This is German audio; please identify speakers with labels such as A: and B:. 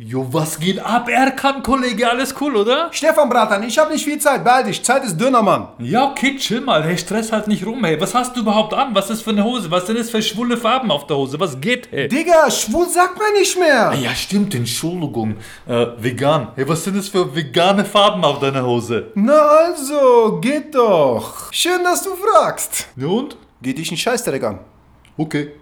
A: Jo, was geht ab, Erkan, Kollege? Alles cool, oder?
B: Stefan Bratan, ich habe nicht viel Zeit, beeil dich. Zeit ist dünner, Mann.
A: Ja, okay, chill mal. Hey, stress halt nicht rum, hey. Was hast du überhaupt an? Was ist für eine Hose? Was sind das für schwule Farben auf der Hose? Was geht, hey?
B: Digga, schwul sagt man nicht mehr.
A: Ah, ja, stimmt, Entschuldigung. Äh, vegan. Hey, was sind das für vegane Farben auf deiner Hose?
B: Na also, geht doch. Schön, dass du fragst.
A: Und?
B: Geht dich einen Scheißdreck an.
A: Okay.